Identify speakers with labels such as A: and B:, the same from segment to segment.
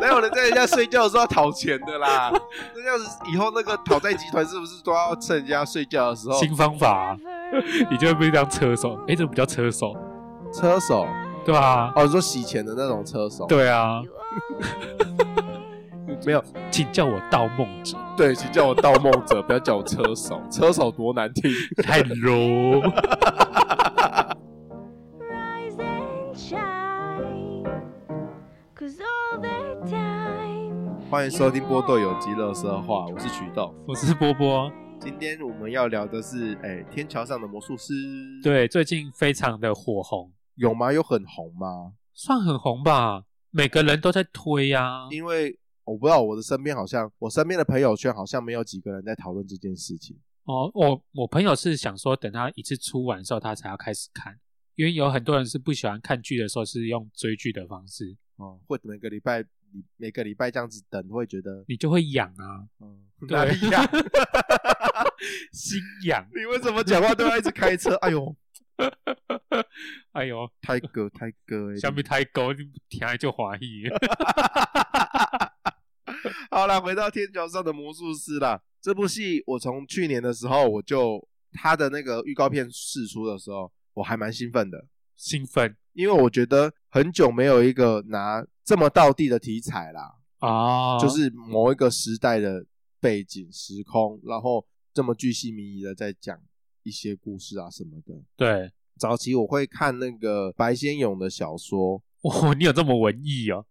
A: 哪有人在人家睡觉的时候要讨钱的啦？那要是以后那个讨债集团是不是都要趁人家睡觉的时候？
B: 新方法、啊， 你就会被当车手。哎、这不叫车手，
A: 车手
B: 对吧、
A: 哦，你说洗钱的那种车手？，
B: 对啊，
A: 没有
B: 请叫我盗梦者，
A: 对，请叫我盗梦者，不要叫我车手，车手多难听。
B: 太 low。
C: rise and shine. Cause all the time.
A: 欢迎收听波豆有机乐色话，我是曲豆。
B: 我是波波。
A: 今天我们要聊的是，哎，天桥上的魔术师，，
B: 对，最近非常的火红，
A: 有吗？有很红吗？
B: 算很红吧？每个人都在推啊呀、
A: 因为我不知道我的身边好像，我身边的朋友圈好像没有几个人在讨论这件事情。
B: 哦，我我朋友是想说，等他一次出完之后，他才要开始看，因为有很多人是不喜欢看剧的时候是用追剧的方式，
A: 哦，会每个礼拜每个礼拜这样子等，会觉得
B: 你就会痒啊，
A: 嗯，
B: 对
A: 哪里呀？
B: 心痒。
A: 你为什么讲话都要一直开车？哎呦，
B: 哎呦，
A: 泰哥，泰哥， 哎
B: 下面太高，你听了就怀 疑。
A: 好啦，回到《天桥上的魔术师》啦。这部戏我从去年的时候，我就它的那个预告片释出的时候，我还蛮兴奋的，
B: 兴奋
A: 因为我觉得很久没有一个拿这么道地的题材啦，
B: 啊，
A: 就是某一个时代的背景时空，然后这么巨细靡遗的在讲一些故事啊什么的。
B: 对。
A: 早期我会看那个白先勇的小说，
B: 哦，你有这么文艺哦？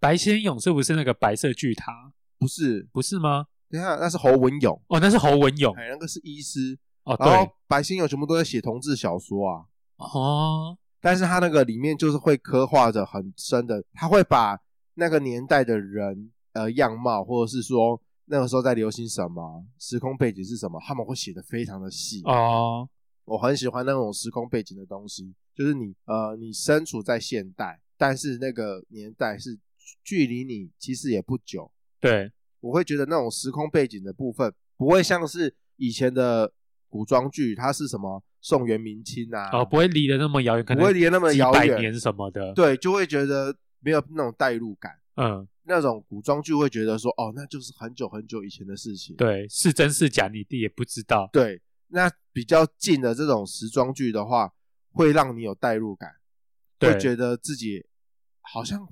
B: 白先勇是不是那个白色巨塔？
A: 不是，
B: 不是吗？
A: 等一下那是侯文勇，
B: 哦，那是侯文勇。
A: 哎，那个是医师，
B: 哦，
A: 然
B: 对
A: 后，白先勇全部都在写同志小说啊。
B: 哦，
A: 但是他那个里面就是会刻画着很深的，他会把那个年代的人呃样貌，或者是说那个时候在流行什么，时空背景是什么，他们会写的非常的细。
B: 哦，
A: 我很喜欢那种时空背景的东西，就是你呃你身处在现代，但是那个年代是距离你其实也不久，
B: 对，
A: 我会觉得那种时空背景的部分不会像是以前的古装剧，它是什么宋元明清啊，
B: 哦，不会离得那么遥远，可能
A: 不会离得那么遥远
B: 几百年什么的。，
A: 对，就会觉得没有那种代入感。
B: 嗯，
A: 那种古装剧会觉得说，哦，那就是很久很久以前的事情。
B: 对，是真是假，你弟也不知道。
A: 对，那比较近的这种时装剧的话，会让你有代入感，
B: 对
A: 会觉得自己好像，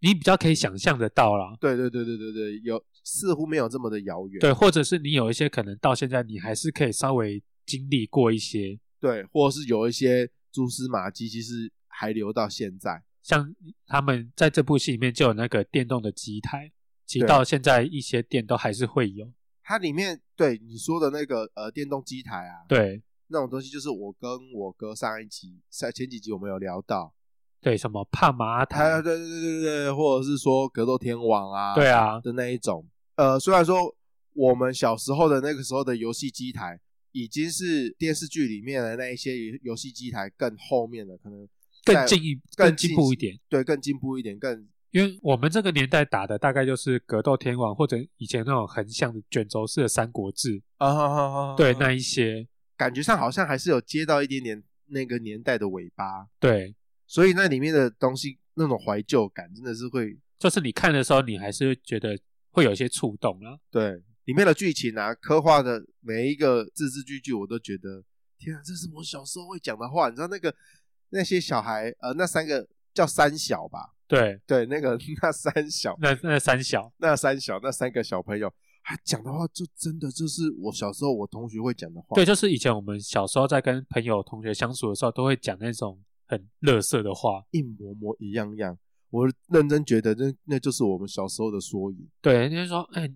B: 你比较可以想象得到啦。
A: 对对对对对对，有似乎没有这么的遥远。
B: 对，或者是你有一些可能到现在你还是可以稍微经历过一些，
A: 对，或者是有一些蛛丝马迹，其实还留到现在。
B: 像他们在这部戏里面就有那个电动的机台，其实
A: 对
B: 到现在一些店都还是会有。
A: 它里面对你说的那个呃电动机台啊，
B: 对
A: 那种东西，就是我跟我哥上一集、上前几集我们有聊到，
B: 对，什么帕马
A: 他
B: 塔，
A: 对对对对对，或者是说格斗天王啊，
B: 对啊，
A: 的那一种。呃，虽然说我们小时候的那个时候的游戏机台已经是电视剧里面的那一些游游戏机台更后面的，可能在
B: 更进一
A: 更
B: 更进步一
A: 进
B: 点。
A: 对更进步一点，更
B: 因为我们这个年代打的大概就是格斗天王，或者以前那种横向的卷轴式的三国志，
A: 啊哈哈哈哈
B: 对那一些，
A: 感觉上好像还是有接到一点点那个年代的尾巴，
B: 对，
A: 所以那里面的东西那种怀旧感真的是会
B: 就是你看的时候，你还是会觉得会有一些触动啦。
A: 对里面的剧情啊，刻画的每一个字字句句，我都觉得天啊，这是我小时候会讲的话。你知道那个那些小孩，呃，那三个叫三小吧？
B: 对，
A: 对，那个那三小，
B: 那那三小，
A: 那三小，那三个小朋友，他讲的话就真的就是我小时候我同学会讲的话。
B: 对，就是以前我们小时候在跟朋友、同学相处的时候，都会讲那种很乐色的话。
A: 一模模一样样。我认真觉得那那就是我们小时候的缩影。
B: 对，就是说，哎、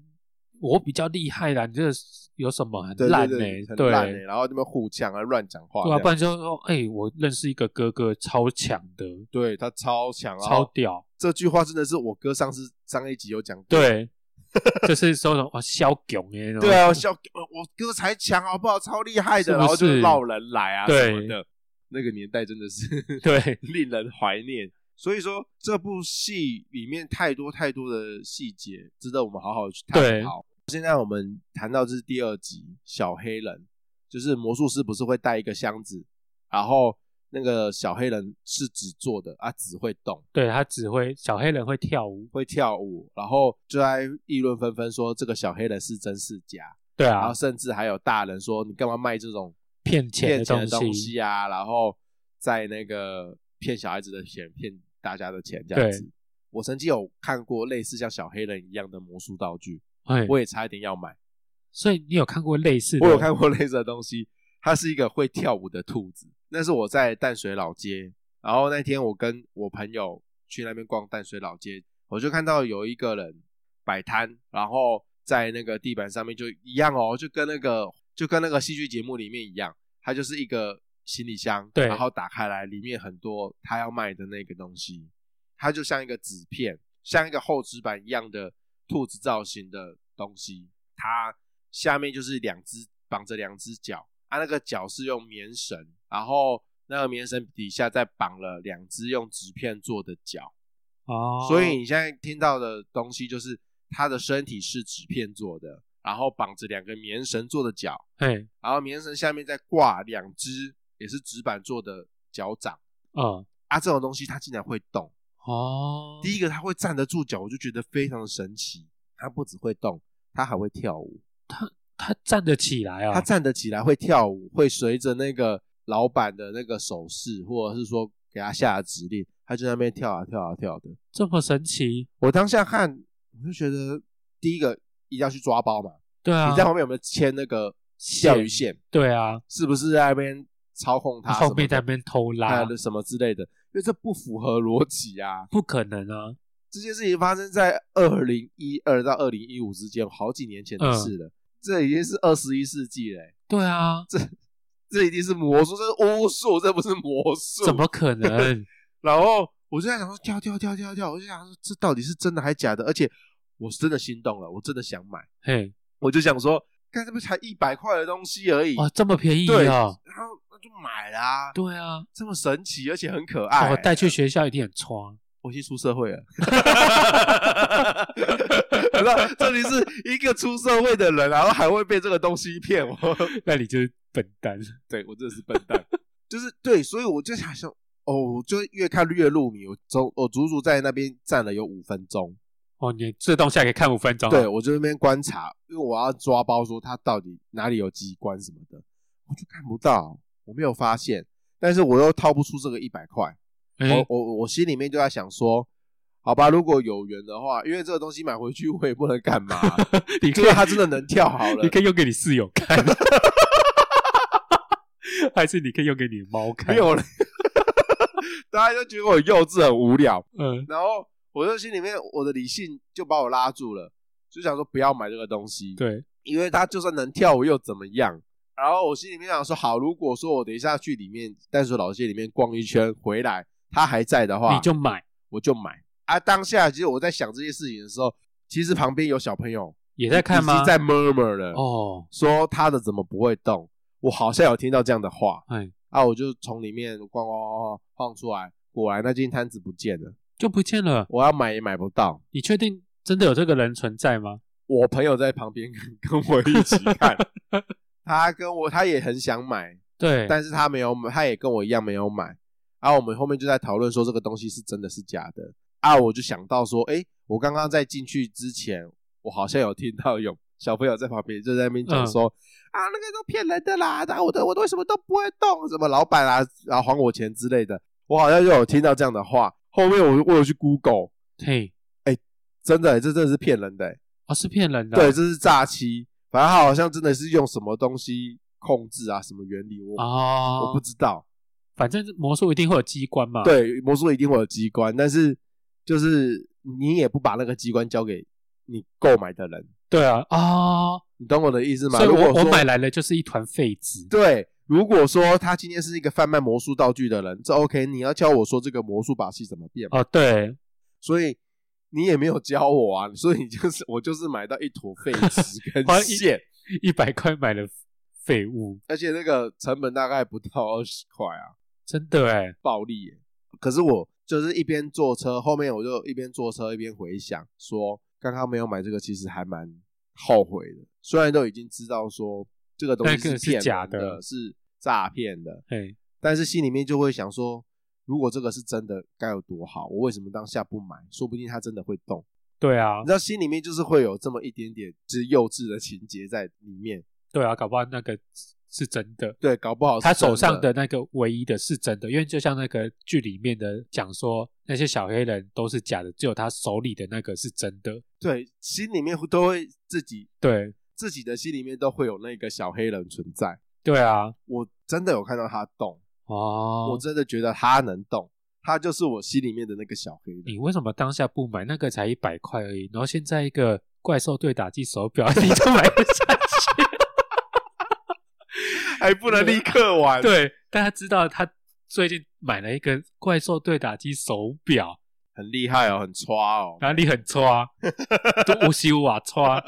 B: 我比较厉害啦，你这个有什么很
A: 对
B: 烂
A: 对
B: 呢、
A: 对，很
B: 对，
A: 烂欸然后那边互呛啊，乱讲话这
B: 对啊，
A: 样。
B: 不然就是说，哎、我认识一个哥哥超强的，
A: 对他超强，然
B: 超
A: 后
B: 屌，
A: 这句话真的是我哥上次上一集有讲过。
B: 对， 就是说什么哇，肖囧哎，
A: 对啊，我笑，呃我哥才强好不好？超厉害的，
B: 是不
A: 然后就是绕人来啊
B: 对
A: 什么的。那个年代真的是
B: 对
A: 令人怀念。所以说这部戏里面太多太多的细节，值得我们好好去探
B: 对
A: 讨。现在我们谈到这是第二集，小黑人就是魔术师不是会带一个箱子，然后那个小黑人是纸做的啊，纸会动，
B: 对他只会小黑人会跳舞，
A: 会跳舞，然后就在议论纷纷说这个小黑人是真是假，
B: 对
A: 然
B: 啊
A: 后，甚至还有大人说你干嘛卖这种
B: 骗钱
A: 骗
B: 的
A: 钱的
B: 东
A: 东西啊，然后在那个骗小孩子的钱，骗大家的钱这样子。我曾经有看过类似像小黑人一样的魔术道具，
B: 哎，
A: 我也差一点要买。
B: 所以你有看过类似的？
A: 我有看过类似的东西，它是一个会跳舞的兔子。那是我在淡水老街，然后那天我跟我朋友去那边逛淡水老街，我就看到有一个人摆摊，然后在那个地板上面就一样哦，就跟那个就跟那个戏剧节目里面一样，它就是一个行李箱，
B: 对
A: 然后打开来里面很多他要卖的那个东西，它就像一个纸片，像一个厚纸板一样的兔子造型的东西，它下面就是两只绑着两只脚，它、那个脚是用棉绳，然后那个棉绳底下再绑了两只用纸片做的脚，
B: 哦，
A: 所以你现在听到的东西就是它的身体是纸片做的，然后绑着两个棉绳做的脚，
B: 哎，
A: 然后棉绳下面再挂两只也是纸板做的脚掌
B: 嗯，
A: 啊，这种东西它竟然会动。
B: 哦，
A: 第一个它会站得住脚，我就觉得非常的神奇。它不只会动，它还会跳舞。
B: 他站得起来啊，
A: 它站得起来会跳舞，会随着那个老板的那个手势，或者是说给他下的指令，它就在那边跳啊跳啊跳的。
B: 这么神奇，
A: 我当下看，我就觉得第一个一定要去抓包嘛。
B: 对啊
A: 你，在旁边有没有牵那个钓鱼线？
B: 对啊，
A: 是不是在那边操控它？
B: 后面在那边偷拉
A: 还，有哎什么之类的？因为这不符合逻辑啊！
B: 不可能啊，
A: 这件事情发生在二零一二到二零一五之间，好几年前的事
B: 嗯
A: 了。这已经是二十一世纪嘞、
B: 对啊，
A: 这一定是魔术，这是巫术，这不是魔术。
B: 怎么可 能？
A: 然后我就在想说，跳跳跳跳跳，我就想说，这到底是真的还是假的？而且我真的心动了，我真的想买，
B: 嘿，
A: 我就想说，看这不才一百块的东西而已，
B: 哇，这么便宜
A: 对
B: 啊！
A: 然后那就买啦、
B: 对啊，
A: 这么神奇，而且很可爱、
B: 我哦带去学校一定很 啊穿。
A: 我已经出社会了。 那这里是一个出社会的人，然后还会被这个东西骗我，
B: 那你就是笨蛋。
A: 对我真的是笨蛋。 就是对，所以我就想想，哦，我就越看越入迷。我足我足足在那边站了有五分钟，
B: 哦，你这动下可以看五分钟啊。
A: 对我就在那边观察，因为我要抓包说它到底哪里有机关什么的，我就看不到，我没有发现，但是我又掏不出这个一百块。我
B: 哎，
A: 我我心里面就在想说，好吧，如果有缘的话，因为这个东西买回去我也不能干嘛，
B: 你
A: 就
B: 可以
A: 是它真的能跳好了
B: 你，可以用给你室友看， 还是你可以用给你的猫看？
A: 没，有了， 大家就觉得我幼稚很无聊，
B: 嗯，
A: 然后我就心里面我的理性就把我拉住了，就想说不要买这个东西，
B: 对，
A: 因为它就算能跳舞又怎么样？然后我心里面想说，好，如果说我等一下去里面淡水老街里面逛一圈回来，它还在的话，
B: 你就买
A: 我就买啊。当下其实我在想这些事情的时候，其实旁边有小朋友
B: 也在看
A: 已
B: 吗
A: 经？在 murmur 了，
B: 哦，
A: 说他的怎么不会动？我好像有听到这样的话
B: 哎，
A: 啊，我就从里面逛逛逛逛晃出来，果然那间摊子不见了，
B: 就不见了。
A: 我要买也买不到。
B: 你确定真的有这个人存在吗？
A: 我朋友在旁边 跟跟我一起 看，他跟我他也很想买，
B: 对，
A: 但是他没有买，他也跟我一样没有买。啊，我们后面就在讨论说这个东西是真的是假的。啊，我就想到说，诶，我刚刚在进去之前，我好像有听到有小朋友在旁边就在那边讲说，啊，那个都骗人的啦，然后我的我的为什么都不会动，什么老板啊，然后还我钱之类的，我好像就有听到这样的话。后面我我有去 Google，
B: 嘿，
A: 真的、这真的是骗人的、欸
B: 哦，是骗人的。
A: 对，，这是诈欺。反正他好像真的是用什么东西控制啊，什么原理，我、我
B: 哦
A: 不，知道。
B: 反正魔术一定会有机关嘛。，
A: 对，魔术一定会有机关，但是就是你也不把那个机关交给你购买的人，
B: 对啊，哦，
A: 你懂我的意思吗？
B: 所以
A: 如
B: 我
A: 果
B: 我
A: 说
B: 买来了就是一团废纸。
A: 对，如果说他今天是一个贩卖魔术道具的人，这 OK，你要教我说这个魔术把戏怎么变嘛，
B: 哦，对，
A: 所以你也没有教我啊，所以你就是我就是买到一坨废纸 跟
B: 花一
A: 线，
B: 一百块买了废物，
A: 而且那个成本大概不到二十块啊，
B: 真的哎，
A: 暴利耶。可是我就是一边坐车，后面我就一边坐车一边回想说，刚刚没有买这个，其实还蛮后悔的。虽然都已经知道说这个东西
B: 那个是
A: 骗人
B: 假
A: 的，
B: 的
A: 是诈骗的，
B: 嘿，
A: 但是心里面就会想说，如果这个是真的，该有多好！我为什么当下不买？说不定它真的会动。
B: 对啊
A: 你，知道，心里面就是会有这么一点点就是幼稚的情节在里面。
B: 对啊，搞不好那个是是真的。
A: 对，搞不好哦是
B: 他手
A: 真
B: 上的那个唯一的是真的，因为就像那个剧里面的讲说，那些小黑人都是假的，只有他手里的那个是真的。
A: 对，心里面会都会自己
B: 对，
A: 自己的心里面都会有那个小黑人存在。
B: 对啊，
A: 我真的有看到他动，
B: 哦
A: 我，真的觉得他能动，他就是我心里面的那个小黑人。
B: 你为什么当下不买？那个才一百块而已，然后现在一个怪兽对打机手表 你都买不 下去。
A: 还哎不能立刻玩。，
B: 对，大家知道他最近买了一个怪兽对打机手表，
A: 很厉害哦，很刷哦。
B: 哪里很抓，都无西无瓦 抓，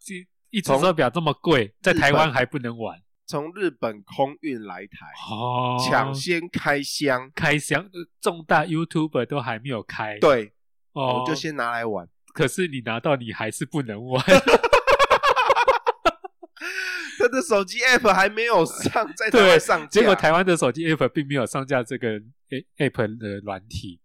B: 这一只手表这么贵，在台湾还不能玩
A: 从日本空运来台，
B: 哦，
A: 抢先开箱。
B: 开箱，呃重大 YouTuber 都还没有开，，
A: 对，
B: 哦
A: 我，就先拿来玩。
B: 可是你拿到你还是不 能玩，
A: 他的手机 app 还没有上，在台
B: 对
A: 湾上架，
B: 结果台湾的手机 App 并没有上架这个 A- App 的软体，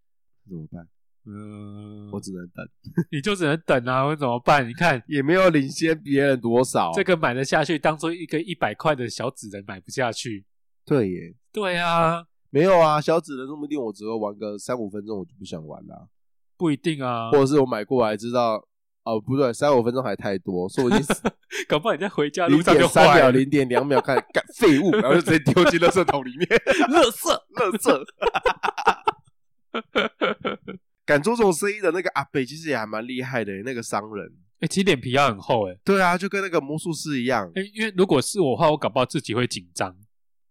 A: 怎么办？
B: 嗯，
A: 我只能等，
B: 你就只能等啊，我怎么办？你看
A: 也没有领先别人多少。
B: 这个买得下去，当做一个一百块的小纸人买不下去，
A: 对耶，
B: 对啊，
A: 没有啊，小纸人说不定我只会玩个三五分钟，我就不想玩了、
B: 不一定啊，
A: 或者是我买过来知道，哦，不对，三五分钟还太多，说不 定
B: 搞不好你在回家路
A: 零
B: 上就
A: 点三
B: 坏
A: 秒、
B: 了，
A: 零点两秒看，干废物，然后就直接丢进垃圾桶里面，
B: 乐色，
A: 垃圾。 敢做这种生意的那个阿北，其实也还蛮厉害的耶，那个商人。
B: 哎，其实脸皮要很厚哎。
A: 对啊，就跟那个魔术师一样，
B: 欸因为如果是我的话，我搞不好自己会紧张，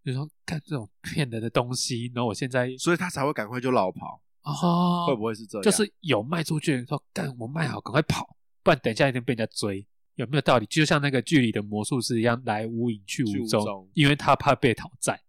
B: 就说看这种骗人的东西，然后我现在
A: 所以他才会赶快就绕跑。
B: 哦，
A: 会不啊会是这样？
B: 就是有卖出去，说干我卖好，赶快跑，不然等一下一定被人家追，有没有道理？就像那个剧里的魔术师一样，来无影去
A: 去
B: 无
A: 无
B: 踪，
A: 踪
B: 因为他怕被讨债。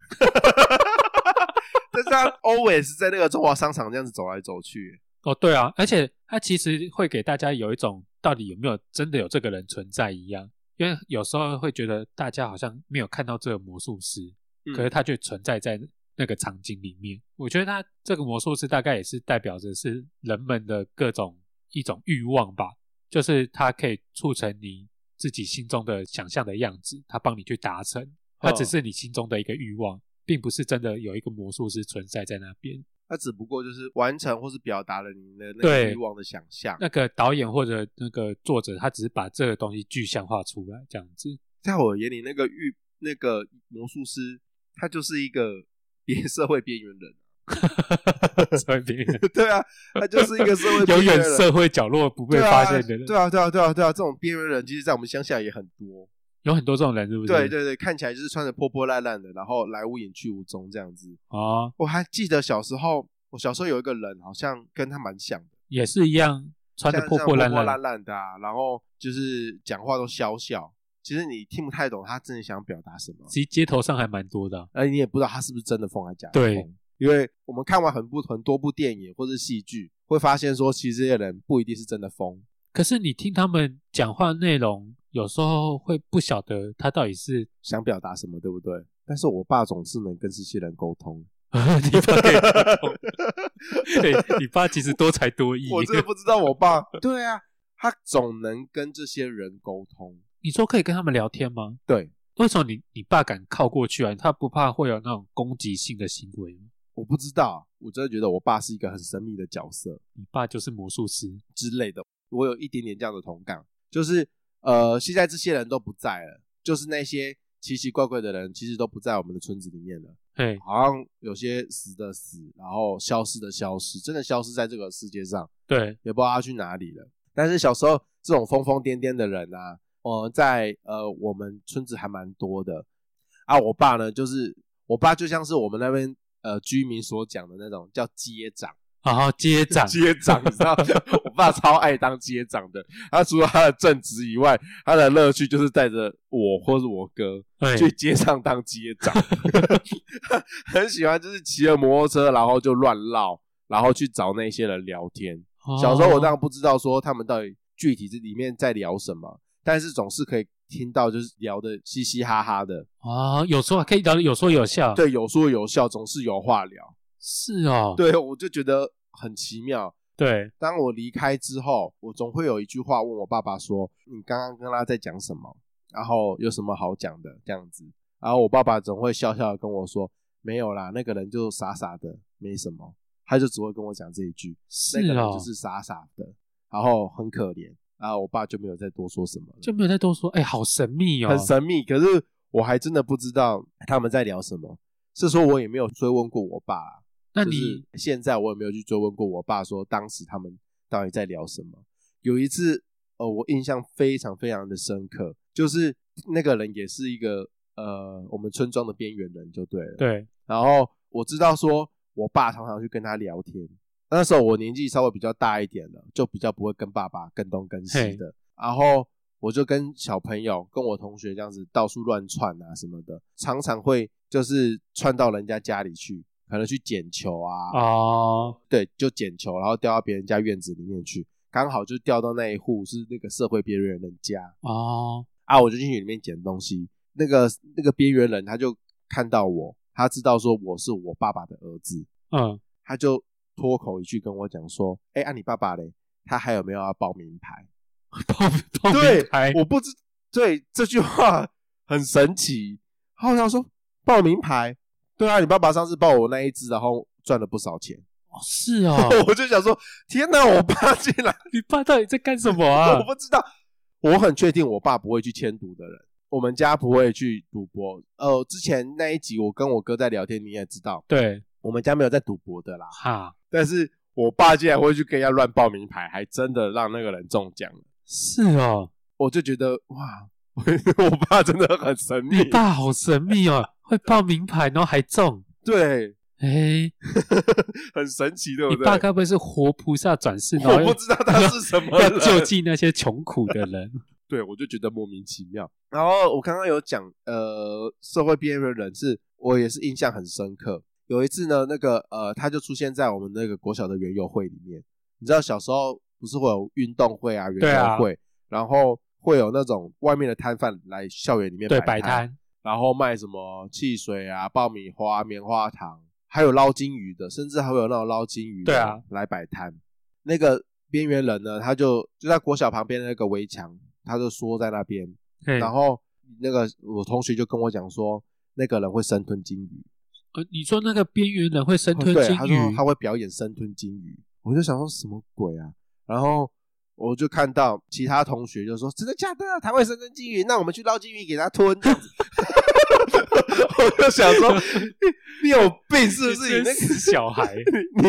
A: 但是他 always 在那个中华商场这样子走来走去。
B: 哦，对啊，而且他其实会给大家有一种到底有没有真的有这个人存在一样，因为有时候会觉得大家好像没有看到这个魔术师，
A: 嗯
B: 可是他却存在在那个场景里面。我觉得他这个魔术师大概也是代表着是人们的各种一种欲望吧，就是它可以促成你自己心中的想象的样子，它帮你去达成，它只
A: 嗯
B: 是你心中的一个欲望，并不是真的有一个魔术师存在在那边。
A: 他只不过就是完成或是表达了你的那
B: 对
A: 个欲望的想象，
B: 那个导演或者那个作者，他只是把这个东西具象化出来，这样 子。
A: 在我眼里，那个欲那个魔术师，他就是一个 边社会边缘人。啊
B: 所以别人
A: 对啊，他就是一个社会边
B: 永
A: 缘
B: 远
A: 人。
B: 社会角落不被
A: 对啊
B: 发现的人，
A: 对啊，对啊，对啊，对啊，这种边缘人其实，在我们乡下也很多。
B: 有很多这种人，是不是？
A: 对对对，看起来就是穿的破破烂烂的，然后来无影去无踪这样子。
B: 哦，
A: 我还记得小时候，我小时候有一个人，好像跟他蛮像的。
B: 也是一样，穿的
A: 像
B: 破
A: 像
B: 破烂
A: 烂
B: 烂。
A: 的、啊，然后就是讲话都笑笑，其实你听不太懂他真的想表达什么，
B: 其实街头上还蛮多的啊、
A: 哎而你也不知道他是不是真的疯还是假的
B: 对
A: 疯。因为我们看完很不很多部电影或者戏剧，会发现说，其实这些人不一定是真的疯。
B: 可是你听他们讲话内容，有时候会不晓得他到底是
A: 想表达什么，对不对？但是我爸总是能跟这些人沟通，
B: 你爸可以沟通。对，你爸其实多才多艺。
A: 我真的不知道我爸。对啊，他总能跟这些人沟通。
B: 你说可以跟他们聊天吗？
A: 对，
B: 为什么你你爸敢靠过去啊？他不怕会有那种攻击性的行为吗？
A: 我不知道，我真的觉得我爸是一个很神秘的角色。
B: 你爸就是魔术师，
A: 之类的，我有一点点这样的同感，就是呃，现在这些人都不在了，就是那些奇奇怪怪的人，其实都不在我们的村子里面了，
B: 嘿，
A: 好像有些死的死，然后消失的消失，真的消失在这个世界上，
B: 对，
A: 也不知道他去哪里了。但是小时候这种疯疯癫癫的人啊，呃，在呃我们村子还蛮多的啊。我爸呢，就是我爸就像是我们那边呃居民所讲的那种叫街长。
B: 然后接掌
A: 街长，你知道，我爸超爱当街长的。他除了他的正职以外，他的乐趣就是带着我或是我哥
B: 嘿
A: 去街上当街长，很喜欢就是骑着摩托车，然后就乱绕，然后去找那些人聊天。
B: 哦
A: 小时候我当
B: 当
A: 然不知道说他们到底具体这里面在聊什么，但是总是可以听到就是聊的嘻嘻哈哈的，
B: 哦，有说可以聊，有说有笑，，
A: 对，有说有笑，总是有话聊。
B: 是哦，
A: 对，我就觉得很奇妙。
B: 对，
A: 当我离开之后，我总会有一句话问我爸爸说：“你刚刚跟他在讲什么？然后有什么好讲的？”这样子，然后我爸爸总会笑笑的跟我说：“没有啦，那个人就傻傻的，没什么。”他就只会跟我讲这一句，
B: 是
A: 那个人
B: 哦，
A: 就是傻傻的，然后很可怜。然后我爸就没有再多说什么了，
B: 就没有再多说，哎，好神秘哦，
A: 很神秘。可是我还真的不知道他们在聊什么。是说我也没有追问过我爸啦，
B: 那
A: 就
B: 你、
A: 是现在我也没有去追问过我爸，说当时他们到底在聊什么。有一次，呃，我印象非常非常的深刻，就是那个人也是一个呃我们村庄的边缘人，就对了。。
B: 对
A: 然后我知道说，我爸常常去跟他聊天。那时候我年纪稍微比较大一点了，就比较不会跟爸爸跟东跟西的。然后我就跟小朋友、跟我同学这样子到处乱窜啊什么的，常常会就是窜到人家家里去，可能去捡球啊，
B: 哦，
A: 对，就捡球，然后掉到别人家院子里面去，刚好就掉到那一户是那个社会边缘人家，
B: 哦，
A: 啊，我就进去里面捡东西。那个那个边缘人他就看到我，他知道说我是我爸爸的儿子，
B: 嗯，
A: 他就脱口一句跟我讲说：“哎、啊你爸爸嘞，他还有没有要报名牌
B: 报报？”
A: 对
B: 名牌，
A: 我不知对这句话很神奇。然后他说报名牌，对啊，你爸爸上次报我那一只，然后赚了不少钱。
B: 哦是哦，
A: 我就想说，天哪，我爸竟然
B: 你爸到底在干什么啊
A: 我？不知道，我很确定我爸不会去牵赌的人，我们家不会去赌博。呃，之前那一集我跟我哥在聊天，你也知道，
B: 对，
A: 我们家没有在赌博的啦。
B: 哈，
A: 但是我爸竟然会去跟人家乱报名牌，还真的让那个人中奖了，
B: 是哦，
A: 我就觉得哇， 我爸真的很神秘
B: 你。爸好神秘哦，会报名牌，然后还中，
A: 对，
B: 哎、
A: 很神奇，对
B: 你
A: 不对？
B: 爸该不会是活菩萨转世，然后
A: 我不
B: 要
A: 知道他是什么
B: 要
A: 人，
B: 救济那些穷苦的 人？
A: 对，我就觉得莫名其妙。然后我刚刚有讲，呃，社会边缘人是我也是印象很深刻。有一次呢，那个呃，他就出现在我们那个国小的园游会里面。你知道小时候不是会有运动会啊、园
B: 对啊
A: 游会，然后会有那种外面的摊贩来校园里面
B: 对，
A: 摆
B: 摆，摊，
A: 然后卖什么汽水啊、爆米花、棉花糖，还有捞金鱼的，甚至还会有那种捞金鱼的
B: 对啊
A: 来摆摊。那个边缘人呢，他就就在国小旁边的那个围墙，他就缩在那边。
B: 嘿
A: 然后那个我同学就跟我讲说，那个人会生吞金鱼，
B: 呃，你说那个边缘人会生吞
A: 哦对，啊
B: 金
A: 他
B: 鱼
A: 说，他会表演生吞金鱼，我就想说什么鬼啊？然后我就看到其他同学就说：“真的假的？他会生吞金鱼，那我们去捞金鱼给他吞。这样子” 我就想说，你有病是不是？你
B: 你
A: 那
B: 真
A: 个
B: 死 小孩
A: 你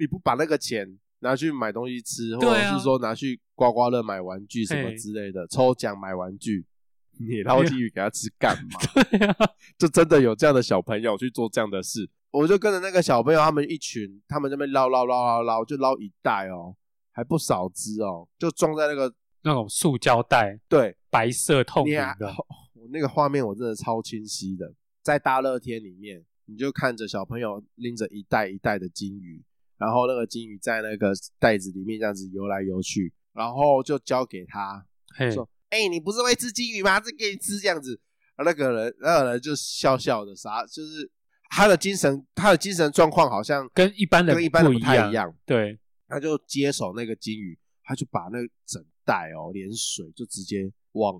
A: 你不把那个钱拿去买东西吃，或者
B: 对啊
A: 是说拿去刮刮乐买玩具什么
B: 嘿
A: 之类的，抽奖买玩具，你捞金鱼给他吃干嘛？
B: 对啊，
A: 就真的有这样的小朋友去做这样的事。我就跟着那个小朋友他们一群，他们在那边捞捞捞捞捞，就捞一袋哦，还不少只哦，就装在那个
B: 那种塑胶袋，
A: 对，
B: 白色透
A: 你啊
B: 明
A: 还
B: 的，
A: 我那个画面我真的超清晰的，在大热天里面，你就看着小朋友拎着一袋一袋的金鱼，然后那个金鱼在那个袋子里面这样子游来游去，然后就交给他，
B: 嘿，
A: 说哎、你不是会吃金鱼吗？这给你吃这样子。啊那个人，那个人就笑笑的，啥就是他的精神，他的精神状况好像
B: 跟一般人
A: 跟一般人
B: 不
A: 不
B: 一
A: 太
B: 样
A: 一样。
B: 对，
A: 他就接手那个金鱼，他就把那整袋哦，连水就直接往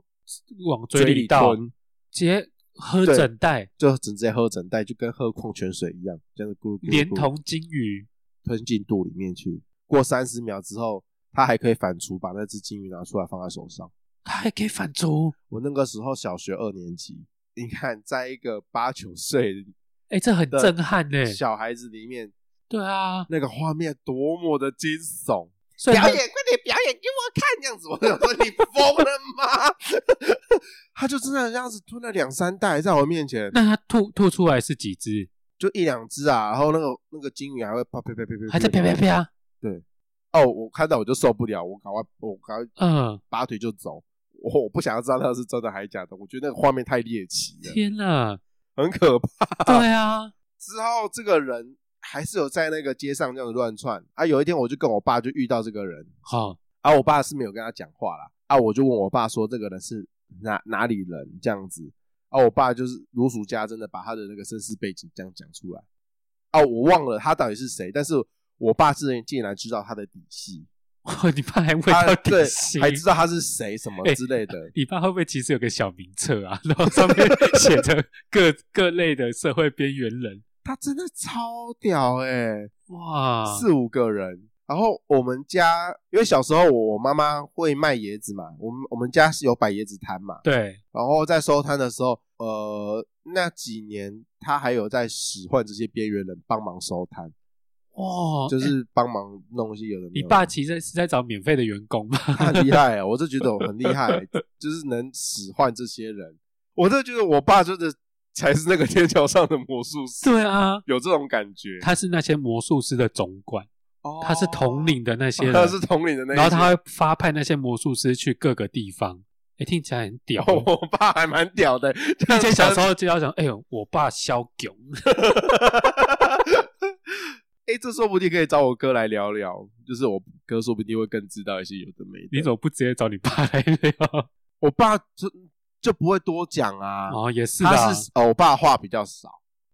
B: 往
A: 嘴
B: 嘴
A: 里
B: 里倒，
A: 吞，
B: 直接喝
A: 对
B: 整袋，
A: 就直接喝整袋，就跟喝矿泉水一样，这样子咕噜咕噜咕噜
B: 连同金鱼，
A: 吞进肚里面去。过三十秒之后，他还可以反刍，把那只金鱼拿出来放在手上。
B: 它还可以反刍，
A: 我那个时候小学二年级，你看，在一个八九岁
B: 哎，这很
A: 的
B: 震撼呢。
A: 小孩子里面，
B: 对啊，
A: 那个画面多么的惊悚！
B: 所以它
A: 快点表演给我看，这样子，我 想说你疯了吗？ 他就真的这样子吞了两三袋在我面前，
B: 那它吐吐出来是几只？
A: 就一两只啊，然后那个那个金鱼还会啪啪啪啪啪，
B: 还在啪啪啪，
A: 哦，我看到我就受不了，我赶快我赶快
B: 嗯，
A: 拔腿就走，我我不想要知道那是真的还是假的，我觉得那个画面太猎奇 了，
B: 天 哪，
A: 很可怕。
B: 对啊，
A: 之后这个人还是有在那个街上这样子乱窜啊。有一天我就跟我爸就遇到这个人，
B: 好，
A: 啊，我爸是没有跟他讲话啦。啊，我就问我爸说，这个人是哪哪里人这样子。啊，我爸就是如数家珍的把他的那个身世背景这样讲出来。啊，我忘了他到底是谁，但是我爸竟然竟然知道他的底细，
B: 你爸还问
A: 他
B: 到
A: 啊对
B: 底细，
A: 还知道他是谁什么
B: 哎
A: 之类 的。
B: 你爸会不会其实有个小名册啊？ 然后上面写着各各类的社会边缘人？
A: 他真的超屌哎、
B: 哇，
A: 四五个人。然后我们家，因为小时候我妈妈会卖椰子嘛，我们我们家是有摆椰子摊嘛，
B: 对，
A: 然后在收摊的时候，呃，那几年他还有在使唤这些边缘人帮忙收摊，
B: 哇，
A: 就
B: 欸
A: 是帮忙弄一些有的没有的。
B: 你爸其实是在找免费的员工嘛？
A: 他很厉害、欸，我就觉得我很厉害、欸就是能使唤这些人。我真的觉得我爸真的才是那个天桥上的魔术师，
B: 对啊，
A: 有这种感觉。
B: 他是那些魔术师的总管，
A: 哦
B: 他是统领的那些人，
A: 他是统领的那一些，
B: 然后他会发派那些魔术师去各个地方。哎，听起来很屌哦。
A: 我爸还蛮屌 的，以
B: 以前小时候就要想，哎呦，我爸肖囧，
A: 哎、这说不定可以找我哥来聊聊，就是我哥说不定会更知道一些有的没的。
B: 你怎么不直接找你爸来聊？
A: 我爸就就不会多讲啊，
B: 哦，也是
A: 他
B: 啦。
A: 是哦，我爸话比较少，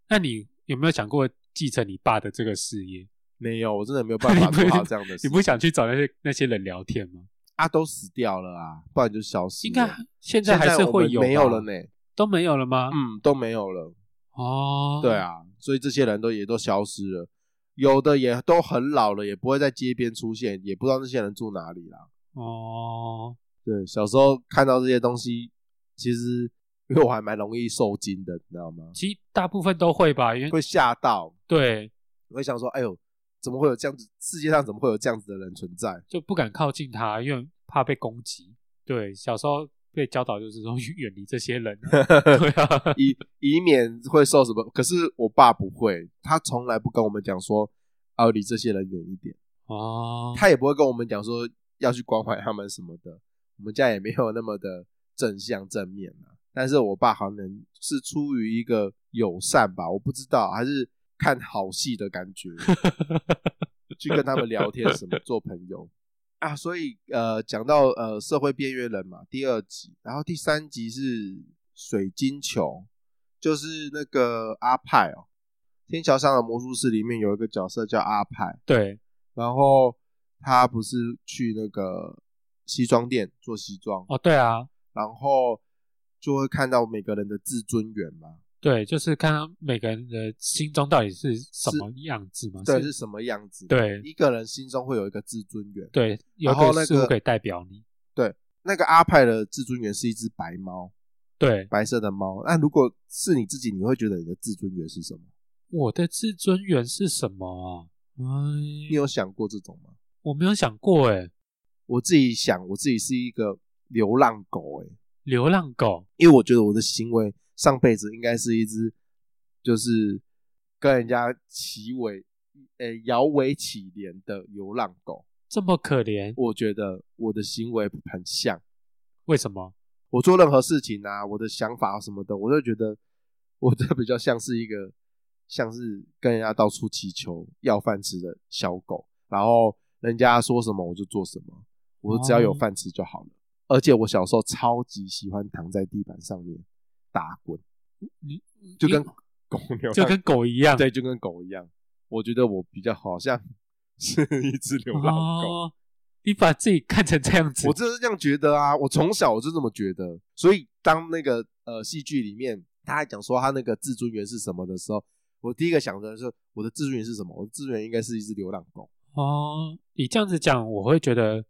B: 那你有没有想过继承你爸的这个事业？
A: 没有，我真的没有办法
B: 你
A: 做
B: 不
A: 好这样的事
B: 你。不想去找那些那些人聊天吗？
A: 啊，都死掉了啊，不然就消失了。
B: 应该现在
A: 现
B: 还是
A: 我们
B: 会有，
A: 没有了，呢？
B: 都没有了吗？
A: 嗯，都没有了。
B: 哦，
A: 对，啊，所以这些人都也都消失了，有的也都很老了，也不会在街边出现，也不知道那些人住哪里啦。
B: 哦，
A: 对，小时候看到这些东西，其实 因为我还蛮容易受惊的，你知道吗？
B: 其实大部分都会吧，因为
A: 会吓到，
B: 对
A: 会想说：“哎呦，怎么会有这样子？世界上怎么会有这样子的人存在
B: 就不敢靠近他，因为怕被攻击。对，小时候被教导就是说 远离这些人、啊，对啊？”，
A: 以以免会受什么？可是我爸不会，他从来不跟我们讲说要离这些人远一点，
B: 哦，
A: 他也不会跟我们讲说要去关怀他们什么的。我们家也没有那么的正向正面啊。但是我爸好像是出于一个友善吧，我不知道，还是看好戏的感觉。去跟他们聊天，什么做朋友啊。所以呃，讲到呃社会边缘人嘛，第二集，然后第三集是水晶球，就是那个阿派哦，《天桥上的魔术师》里面有一个角色叫阿派，
B: 对，
A: 然后他不是去那个西装店做西装，
B: 哦，对啊，
A: 然后就会看到每个人的自尊源嘛，
B: 对，就是看他每个人的心中到底是什么样子嘛，
A: 对，是什么样子？，
B: 哦对
A: 一个人心中会有一个自尊源，
B: 对，有
A: 然后那
B: 个事物
A: 个
B: 可以代表你，
A: 那个阿派的至尊园是一只白猫，
B: 对，
A: 白色的猫。那如果是你自己，你会觉得你的至尊园是什么？
B: 我的至尊源是什么啊？哎
A: 你，有想过这种吗？
B: 我没有想过哎，
A: 我自己想，我自己是一个流浪狗、欸，
B: 流浪狗
A: 因为我觉得我的行为上辈子应该是一只，就是跟人家齐尾，呃、摇尾乞怜的流浪狗。
B: 这么可怜，
A: 我觉得我的行为很像，
B: 为什么？
A: 我做任何事情啊，我的想法什么的，我就觉得我这比较像是一个像是跟人家到处乞求要饭吃的小狗，然后人家说什么我就做什么，我只要
B: 哦
A: 有饭吃就好了。而且我小时候超级喜欢躺在地板上面打滚，
B: 嗯你
A: 就跟
B: 你
A: 狗流浪
B: 就跟狗一样，
A: 对，就跟狗一样。我觉得我比较好像 是一只流浪狗。
B: 哦。你把自己看成这样子
A: 我，真的是这样觉得啊，我从小我就这么觉得。所以当那个呃戏剧里面他还讲说他那个至尊源是什么的时候，我第一个想的是我的至尊源是什么？我的至尊源应该是一只流浪狗。
B: 哦，你这样子讲，我会觉得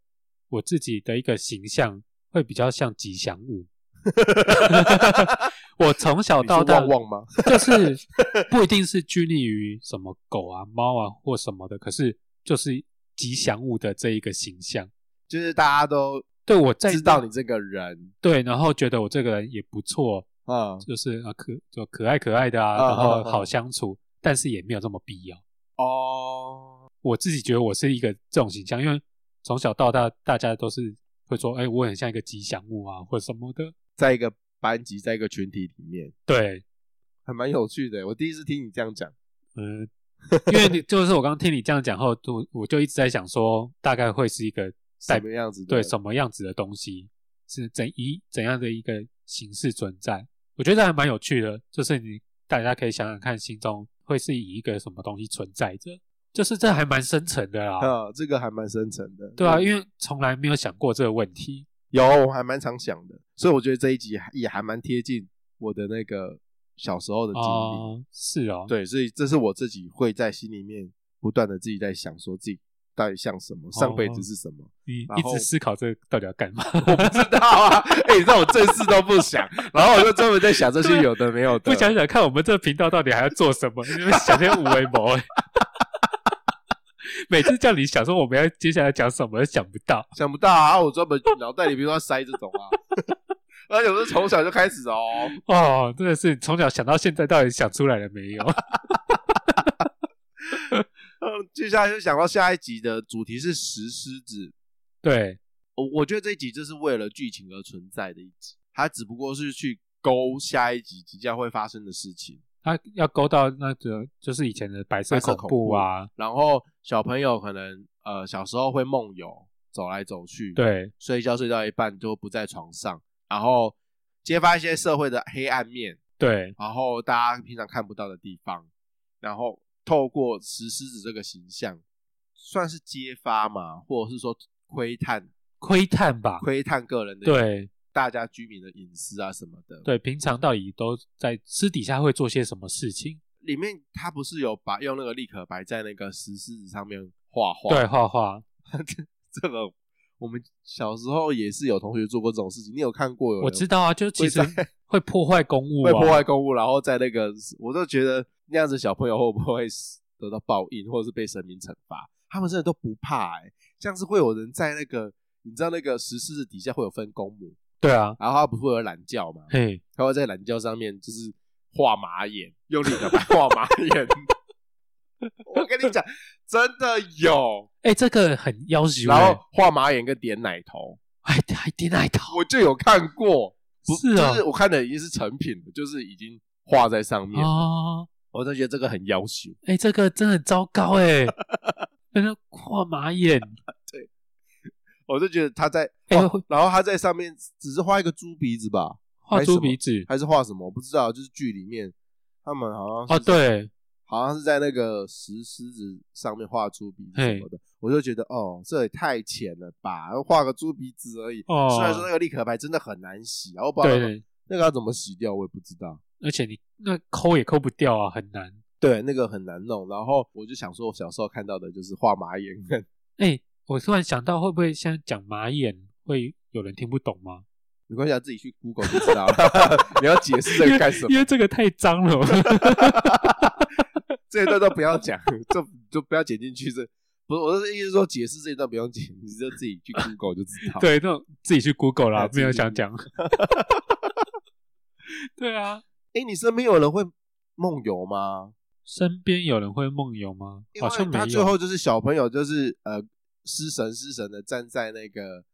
B: 我自己的一个形象会比较像吉祥 物。我从小
A: 你是
B: 哦到大
A: 旺旺吗？
B: 就是不一定是拘泥于什么狗啊、猫啊或什么的，可是就是吉祥物的这一个形象。
A: 就是大家都
B: 对我在
A: 知道你这个人
B: 对，然后觉得我这个人也不错，
A: 啊、嗯
B: 就是啊可就可爱可爱的啊，
A: 啊
B: 然
A: 啊
B: 后
A: 啊
B: 好相处，但是也没有这么必要。
A: 哦，
B: 我自己觉得我是一个这种形象，因为从小到大大家都是会说，哎、我很像一个吉祥物啊，或者什么的。
A: 在一个班级，在一个群体里面，
B: 对，
A: 还蛮有趣的。我第一次听你这样讲，
B: 嗯、因为你 就是我刚听你这样讲后，我我就一直在想说，大概会是一个代
A: 什么样子的？
B: 对什么样子的东西，是怎以怎样的一个形式存在。我觉得还蛮有趣的，就是你大家可以想想看，心中会是以一个什么东西存在着，就是这还蛮深层的啦，
A: 啊，这个还蛮深层的，
B: 对啊，因为从来没有想过这个问题，
A: 有我还蛮常想的，所以我觉得这一集还也还蛮贴近我的那个小时候的经历，
B: 哦，是哦，
A: 对，所以这是我自己会在心里面不断的自己在想，说自己到底像什么，上
B: 哦
A: 辈子是什么，
B: 你
A: 然
B: 一
A: 后
B: 直思考这个到底要干嘛？
A: 我不知道啊，哎、你知道我正事都不想，然后我就专门在想这些有的没有的，
B: 不想想看我们这个频道到底还要做什么？你们想些无为谋、 欸，每次叫你想说我们要接下来讲什么，想不到。
A: 想不到啊，我专门脑袋里面都要塞这种啊， 而且我是从小就开始哦，
B: 哦，真的是从小想到现在，到底想出来了没有？
A: 嗯，接下来就想到下一集的主题是石狮子，
B: 对，
A: 我我觉得这一集就是为了剧情而存在的一集，它只不过是去勾下一集即将会发生的事情。
B: 他要勾到那个就是以前的白色
A: 白色嗯
B: 恐怖啊，
A: 然后小朋友可能呃小时候会梦游，走来走去，，
B: 对
A: 睡觉睡到一半就不在床上，然后揭发一些社会的黑暗面，
B: 对，
A: 然后大家平常看不到的地方，然后透过石狮子这个形象，算是揭发嘛，或者是说窥探
B: 窥探吧，
A: 窥探个人的
B: 对
A: 大家居民的隐私啊什么的，
B: 对，平常到底都在私底下会做些什么事情？
A: 里面他不是有把用那个立可白在那个石狮子上面画画？
B: 对，，画画，
A: 这个我们小时候也是有同学做过这种事情，你有看过有人
B: 我知道啊，就其实
A: 会在
B: 会破坏公物、啊，
A: 会破坏公物，然后在那个，我就觉得那样子小朋友会不会得到报应，或者是被神明惩罚？他们真的都不怕哎、像是会有人在那个，你知道那个石狮子底下会有分公母，
B: 对啊，
A: 然后他不是会有懒觉吗？
B: 嘿，
A: 他会在懒觉上面就是画马眼，用力的画马眼。 我跟你讲，真的有，
B: 哎、这个很要求、欸，
A: 然后画马眼跟点奶头，
B: 还还点奶头，
A: 我就有看过，不
B: 是啊
A: 就是我看的已经是成品了，就是已经画在上面，
B: 哦，
A: 我真的觉得这个很要求。
B: 哎、这个真的很糟糕哎、欸，那个画马眼，
A: 我就觉得他在，
B: 哎
A: 哦
B: 会
A: 然后他在上面只是画一个猪鼻子吧，
B: 画猪鼻子，
A: 还是画什么？我不知道，就是剧里面他们好像
B: 哦，
A: 是在，
B: 对，
A: 好像是在那个石狮子上面画猪鼻子什
B: 嘿
A: 么的，我就觉得哦，这也太浅了吧，画个猪鼻子而已。
B: 哦，
A: 虽然说那个立可白真的很难洗，然后不知道
B: 对
A: 那个
B: 对，
A: 那个要怎么洗掉，我也不知道。
B: 而且你那抠也抠不掉啊，很难。
A: 对，那个很难弄。然后我就想说，我小时候看到的就是画马眼跟
B: 哎、我突然想到，会不会像讲马眼会有人听不懂吗？
A: 没关系啊，自己去 Google 就知道 了。你要解释这个干什么
B: 因？为这个太脏了，
A: 这一段都不要讲，就就不要剪进去。这不是我的意思是说，解释这一段不用剪，你就自己去 Google 就知道。，
B: 对，那种自己去 Google
A: 哎
B: 啦，
A: 自己
B: 没有
A: 去
B: 想讲。 对啊，
A: 哎，你身边有人会梦游吗？
B: 身边有人会梦游吗？
A: 因
B: 好
A: 为
B: 像没
A: 他
B: 有。
A: 最后就是小朋友，就是呃失神失神的站在那个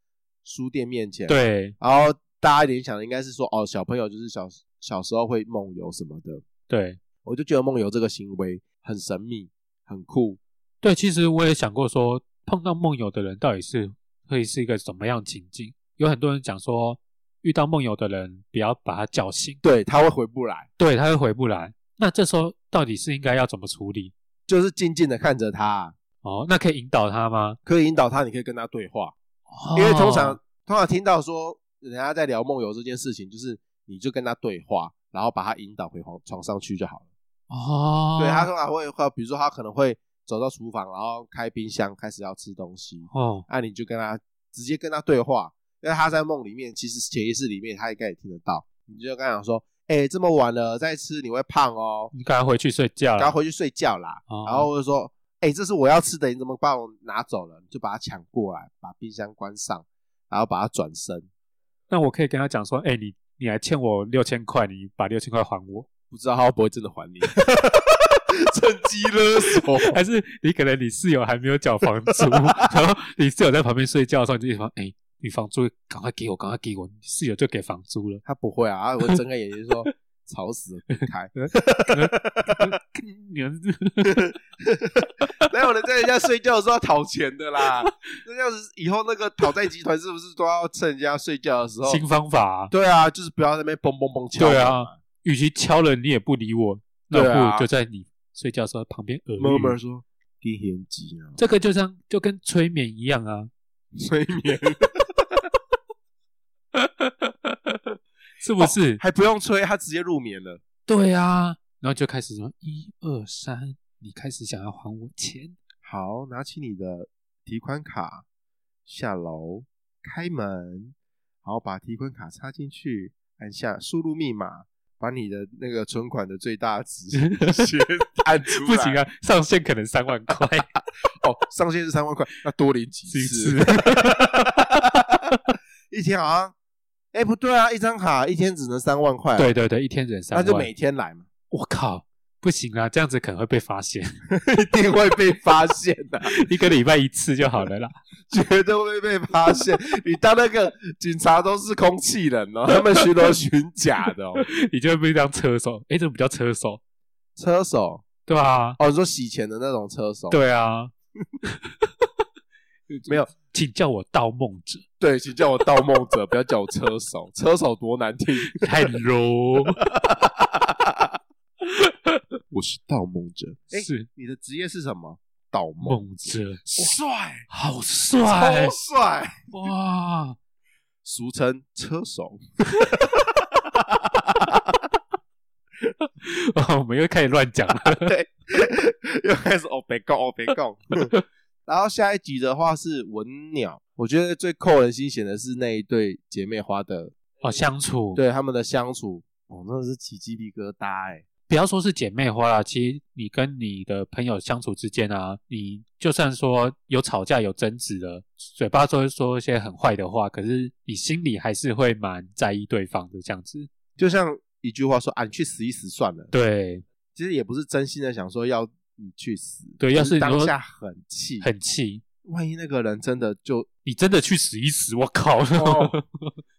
A: 书店面前，，
B: 对
A: 然后大家联想的应该是说，哦，小朋友就是小小时候会梦游什么的，
B: 对
A: 我就觉得梦游这个行为很神秘，很酷。
B: 对，其实我也想过说，碰到梦游的人到底是会是一个什么样情境？有很多人讲说，遇到梦游的人不要把他叫醒，
A: 对，他会回不来，
B: 对，他会回不来。那这时候到底是应该要怎么处理？
A: 就是静静的看着他，
B: 哦，那可以引导他吗？
A: 可以引导他，你可以跟他对话。因为通常
B: 哦
A: 通常听到说人家在聊梦游这件事情，就是你就跟他对话，然后把他引导回床床上去就好了。
B: 哦，
A: 对，他通常会会，比如说他可能会走到厨房，然后开冰箱开始要吃东西，
B: 哦，
A: 那、你就跟他直接跟他对话，因为他在梦里面，其实潜意识里面他应该也听得到，你就跟他讲说，哎、这么晚了再吃你会胖 哦，
B: 你赶快回去睡觉
A: 赶快
B: 了。
A: 回去睡觉啦。
B: 哦
A: 然后我就说：“哎、这是我要吃的，你怎么把我拿走了？”你就把它抢过来，把冰箱关上，然后把它转身。
B: 那我可以跟他讲说，哎、你你还欠我六千块，你把六千块还我，
A: 不知道他会不会真的还你，趁机勒索。
B: 还是你可能你室友还没有缴房租，然后你室友在旁边睡觉的时候，你就说，哎、你房租赶快给我，赶快给我，你室友就给房租了。
A: 他不会啊，他会睁开眼睛说：“ 嗯吵死了，滚开
B: 你们
A: 哪有人在人家睡觉的时候讨钱的啦？ 那要是以后那个讨债集团是不是都要趁人家睡觉的时候？
B: 新方法、啊。
A: 对啊，就是不要在那边嘣嘣嘣敲。
B: 对啊，与其敲了你也不理我，那
A: 对啊
B: 不如就在你睡觉的时候旁边耳语。
A: 默默说低年级 啊，
B: 这个就像就跟催眠一样啊，
A: 催眠
B: 是不是？
A: 还不用催，他直接入眠了。
B: 对啊，然后就开始什么一二三，你开始想要还我钱，
A: 好，拿起你的提款卡，下楼，开门，好，把提款卡插进去，按下输入密码，把你的那个存款的最大值 先按出来。
B: 不行！啊，上限可能三万 块
A: 哦，上限是三万块，那多领几
B: 几
A: 次
B: 次？，
A: 一天好像，哎、不对啊，一张卡一天只能三万块，啊
B: 对，对对，一天人三
A: 那
B: 万，
A: 就每天来嘛，
B: 我靠，不行啊，这样子可能会被发现，
A: 一定会被发现的、
B: 一个礼拜一次就好了啦。
A: 绝对会被发现。你当那个警察都是空气人哦，他们巡逻巡假的哦。
B: 你就会被当车手，哎，怎么叫车手？
A: 车手
B: 对啊，
A: 哦，你说洗钱的那种车手，，
B: 对啊，
A: 没有
B: 请叫我盗梦 者，
A: 对，请叫我盗梦者，不要叫我车手，车手多难听。
B: 太 low，
A: 我是盗梦者，哎，
B: 是
A: 你的职业是什么？盗梦，
B: 梦者，
A: 帅，
B: 好
A: 超
B: 帅 哦
A: 帅，
B: 哇！
A: 俗称车手。
B: 我们又开始乱讲了，
A: 又开始哦别讲哦别讲。然后下一集的话是文鸟，我觉得最扣人心弦的是那一对姐妹花的
B: 哦，相处，
A: 对他们的相处，哦，真的是起鸡皮疙瘩哎、
B: 不要说是姐妹花啦，其实你跟你的朋友相处之间啊，你就算说有吵架、有争执了，嘴巴都会说一些很坏的话，可是你心里还是会蛮在意对方的这样子。
A: 就像一句话说啊，你去死一死算了，
B: 对，
A: 其实也不是真心的想说要你去死，
B: 对要是你
A: 当
B: 说
A: 下很气，
B: 很气，
A: 万一那个人真的 就
B: 你真的去死一死，我靠！
A: 哦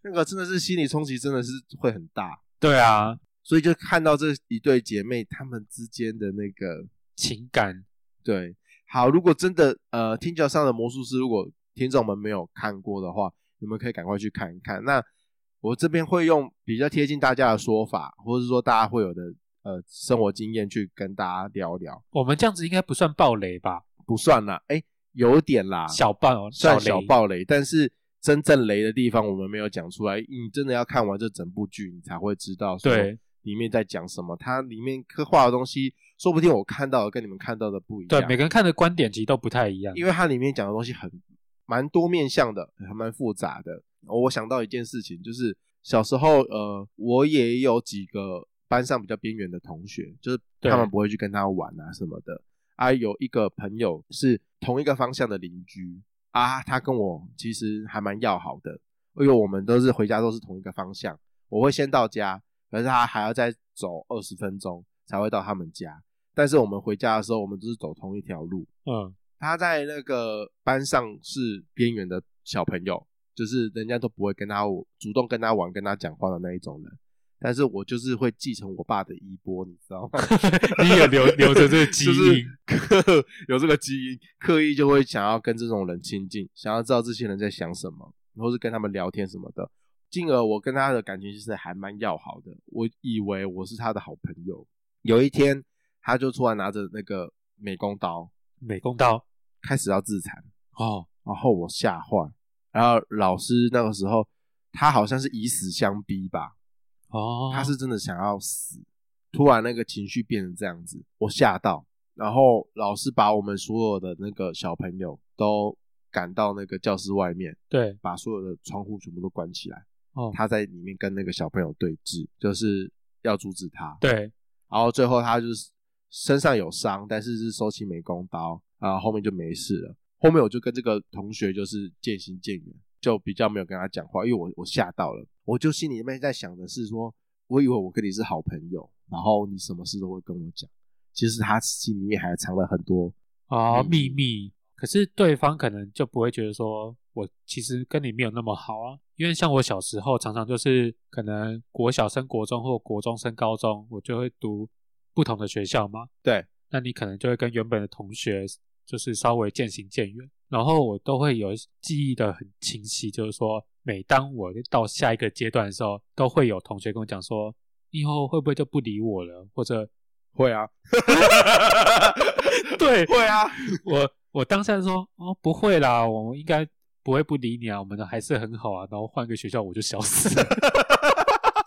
A: 那个真的是心理冲击真的是会很大，
B: 对啊，
A: 所以就看到这一对姐妹她们之间的那个
B: 情感
A: 对，好，如果真的呃，听角上的魔术师，如果听众们没有看过的话，你们可以赶快去看一看。那我这边会用比较贴近大家的说法，或者是说大家会有的呃生活经验去跟大家聊聊，
B: 我们这样子应该不算暴雷吧？
A: 不算啦，哎、有点啦，
B: 小暴
A: 算
B: 雷
A: 小暴雷，但是真正雷的地方我们没有讲出来，你真的要看完这整部剧，你才会知道说
B: 对
A: 里面在讲什么，它里面刻画的东西，说不定我看到的跟你们看到的不一样。
B: 对，每个人看的观点其实都不太一样。
A: 因为它里面讲的东西很蛮多面向的，还蛮复杂的。哦我想到一件事情，就是小时候，呃，我也有几个班上比较边缘的同学，就是
B: 对
A: 他们不会去跟他玩啊什么的。啊，有一个朋友是同一个方向的邻居啊，他跟我其实还蛮要好的，因为我们都是回家都是同一个方向。我会先到家，可是他还要再走二十分钟才会到他们家。但是我们回家的时候，我们都是走同一条路，
B: 嗯，
A: 他在那个班上是边缘的小朋友，就是人家都不会跟他主动跟他玩、跟他讲话的那一种人。但是我就是会继承我爸的衣钵，你知道吗？
B: 你也留留着这个基因，
A: 就是 刻有这个基因，刻意就会想要跟这种人亲近，想要知道这些人在想什么，或是跟他们聊天什么的。进而我跟他的感情其实还蛮要好的，我以为我是他的好朋友。有一天，他就突然拿着那个美工刀
B: 美工刀
A: 开始要自残。
B: 哦，
A: 然后我吓坏，然后老师那个时候他好像是以死相逼吧，
B: 哦，
A: 他是真的想要死，突然那个情绪变成这样子，我吓到，然后老师把我们所有的那个小朋友都赶到那个教室外面，
B: 对
A: 把所有的窗户全部都关起来，
B: 哦，
A: 他在里面跟那个小朋友对峙，就是要阻止他，
B: 对
A: 然后最后他就是身上有伤，但是是收起美工刀，然后后面就没事了。后面我就跟这个同学就是渐行渐远，就比较没有跟他讲话，因为我我吓到了，我就心里面在想的是说，我以为我跟你是好朋友，然后你什么事都会跟我讲，其实他心里面还藏了很多。
B: 哦，
A: 秘
B: 秘密。可是对方可能就不会觉得说我其实跟你没有那么好啊，因为像我小时候常常就是可能国小升国中或国中升高中，我就会读不同的学校嘛。
A: 对，
B: 那你可能就会跟原本的同学就是稍微渐行渐远。然后我都会有记忆的很清晰，就是说，每当我到下一个阶段的时候，都会有同学跟我讲说，你以后会不会就不理我了？或者
A: 会啊，
B: 对
A: 会啊，
B: 我我当下说，哦，不会啦，我应该不会不理你啊，我们的还是很好啊。然后换个学校我就消失了。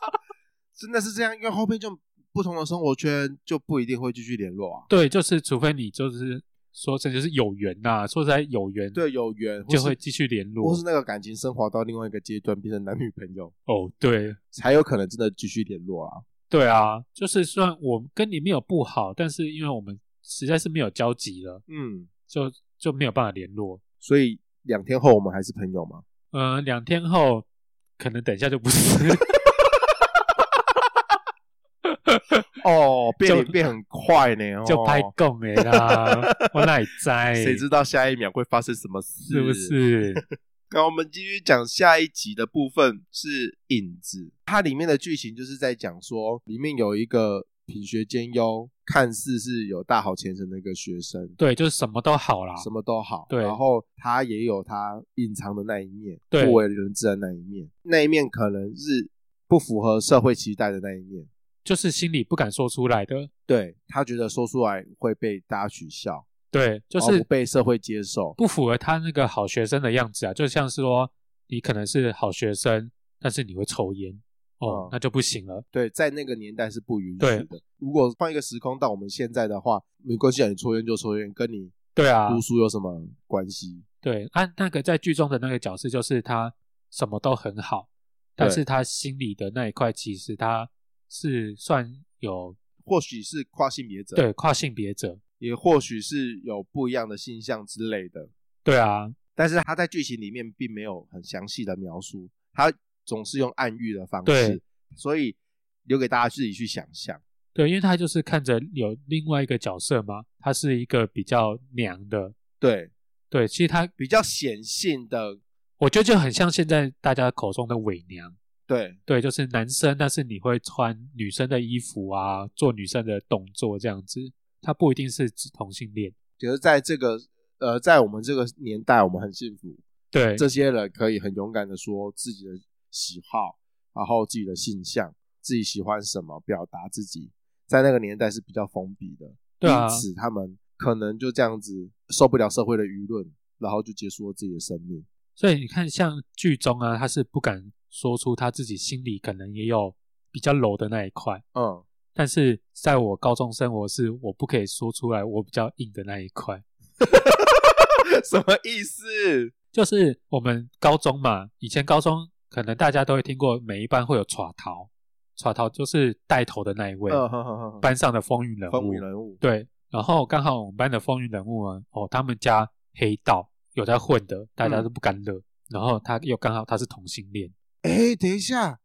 A: 真的是这样，因为后面就不同的生活圈就不一定会继续联络啊。
B: 对，就是除非你就是说这就是有缘呐、说实在有缘，
A: 对，有缘或
B: 就是会继续联络
A: 或。是那个感情升华到另外一个阶段，变成男女朋友，
B: 哦，对
A: 才有可能真的继续联络啊。
B: 对啊，就是虽然我跟你没有不好，但是因为我们实在是没有交集了，
A: 嗯，
B: 就就没有办法联络。
A: 所以两天后我们还是朋友吗？
B: 呃，两天后可能等一下就不是，
A: 哦，变
B: 就
A: 脸变很快 呢，哦
B: 就拍供哎啦，我哪里在？
A: 谁知道下一秒会发生什么事？
B: 是不？是？
A: 那我们继续讲下一集的部分是影子，它里面的剧情就是在讲说，里面有一个品学兼优，看似是有大好前程的一个学生，
B: 对，就是什么都好啦。
A: 什么都好，
B: 对
A: 然后他也有他隐藏的那一面，
B: 对
A: 不为人知的那一面，那一面可能是不符合社会期待的那一面，
B: 就是心里不敢说出来的。
A: 对他觉得说出来会被大家取笑，
B: 对，就
A: 然后
B: 是
A: 不被社会接受，
B: 不符合他那个好学生的样子啊，就像是说你可能是好学生，但是你会抽烟，哦，
A: 嗯
B: 那就不行了。
A: 对，在那个年代是不允许
B: 对
A: 的。如果换一个时空到我们现在的话，没关系啊，你抽烟就抽烟，跟你
B: 对啊，
A: 读书有什么关系？
B: 对，按、那个在剧中的那个角色，就是他什么都很好，但
A: 对
B: 是他心里的那一块，其实他是算有
A: 或许是跨性别者，，
B: 对跨性别者。
A: 也或许是有不一样的性向之类的。
B: 对啊，
A: 但是他在剧情里面并没有很详细的描述，他总是用暗喻的方式
B: 对，
A: 所以留给大家自己去想象。
B: 对，因为他就是看着有另外一个角色嘛，他是一个比较娘的。
A: 对，
B: 对，其实他
A: 比较显性的，
B: 我觉得就很像现在大家口中的伪娘。
A: 对
B: 对，就是男生，但是你会穿女生的衣服啊，做女生的动作这样子，他不一定是指同性恋。
A: 觉得在这个呃，在我们这个年代，我们很幸福，
B: 对，
A: 这些人可以很勇敢的说自己的喜好，然后自己的性向，自己喜欢什么，表达自己，在那个年代是比较封闭的，
B: 对啊
A: 因，此他们可能就这样子受不了社会的舆论，然后就结束了自己的生命。
B: 所以你看，像剧中啊，他是不敢说出他自己心里可能也有比较柔的那一块，
A: 嗯，
B: 但是在我高中生活是我不可以说出来我比较硬的那一块，
A: 什么意思？
B: 就是我们高中嘛，以前高中可能大家都会听过，每一班会有耍桃，耍桃就是带头的那一位，
A: 嗯，哼哼哼
B: 班上的风云人物，
A: 风云人物，
B: 对，然后刚好我们班的风云人物呢，哦，他们家黑道有在混的，大家都不敢
A: 嗯
B: 惹。然后他又刚好他是同性恋，
A: 哎，等一下，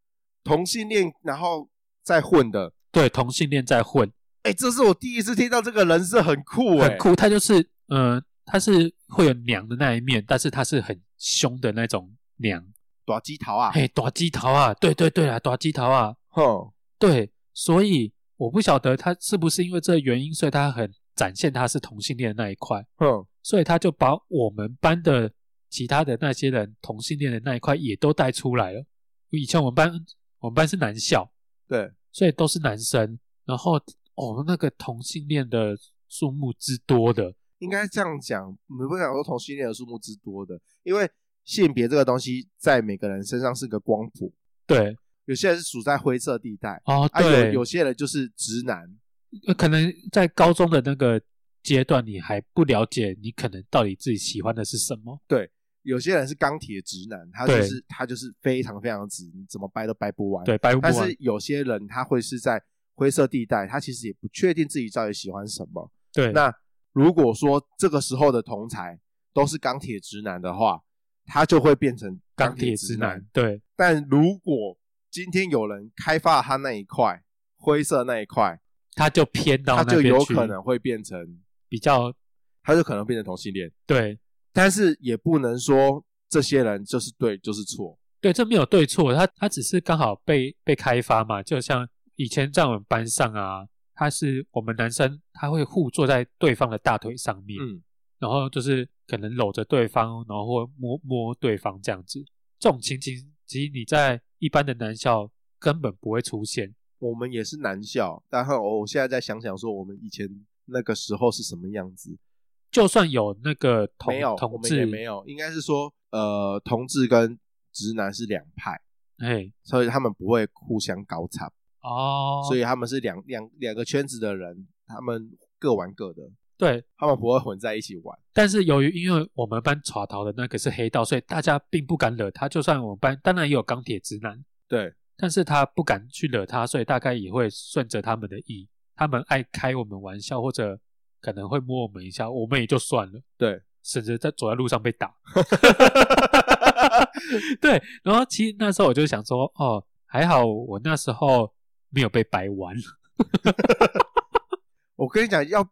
A: 同性恋然后再混的，
B: 对，同性恋在混，
A: 哎，这是我第一次听到这个人是很酷哎，
B: 很，酷。他就是，呃，他是会有娘的那一面，但是他是很凶的那种娘，
A: 短鸡桃啊，
B: 嘿，打鸡头啊，对对对啊，打鸡头啊，
A: 哼，
B: 对。所以我不晓得他是不是因为这个原因，所以他很展现他是同性恋的那一块。
A: 哼，
B: 所以他就把我们班的其他的那些人同性恋的那一块也都带出来了。以前我们班我们班是男校，
A: 对，
B: 所以都是男生，然后哦那个同性恋的数目之多的，
A: 应该这样讲，你不想说同性恋的数目之多的，因为性别这个东西在每个人身上是个光谱，
B: 对
A: 有些人是处在灰色地带，
B: 哦
A: 啊，有
B: 对，
A: 有些人就是直男，
B: 有可能在高中的那个阶段，你还不了解你可能到底自己喜欢的是什么，
A: 有些人是钢铁直男，他就
B: 对
A: 是他就是非常非常直，你怎么掰都掰不完，
B: 对，白无
A: 但
B: 完
A: 是有些人他会是在灰色地带，他其实也不确定自己到底喜欢什么。
B: 对
A: 那如果说这个时候的同才都是钢铁直男的话，他就会变成
B: 钢
A: 铁
B: 铁
A: 直
B: 直男，。对
A: 但如果今天有人开发了他那一块灰色那一块，
B: 他就偏到
A: 他
B: 那
A: 就
B: 边
A: 有
B: 去
A: 可能会变成，
B: 比较
A: 他就可能变成同性恋。
B: 对
A: 但是也不能说这些人就是对就是错，
B: 对，这没有对错，他他只是刚好被被开发嘛，就像以前在我们班上啊，他是我们男生他会互坐在对方的大腿上面，
A: 嗯，
B: 然后就是可能搂着对方，然后或摸摸对方这样子。这种情景其实你在一般的男校根本不会出现。
A: 我们也是男校，但我我现在在想想说，我们以前那个时候是什么样子？
B: 就算有那个同
A: 没有，我
B: 同
A: 们也
B: 志，
A: 没有，应该是说，呃，同志跟直男是两派，
B: 哎，
A: 所以他们不会互相搞惨，
B: 哦，
A: 所
B: 以
A: 以他们是两两两个圈子的人，他们各玩各的，
B: 对，
A: 他们不会混在一起玩。
B: 但是由于因为我们班耍逃的那个是黑道，所以大家并不敢惹他。就算我们班当然也有钢铁直男，
A: 对，
B: 但是他不敢去惹他，所以大概也会顺着他们的意。他们爱开我们玩笑，或者可能会摸我们一下，我们也就算了。
A: 对，
B: 省得在走在路上 被打。对，然后其实那时候我就想说，哦，还好我那时候没有被白玩。
A: 我跟你讲，要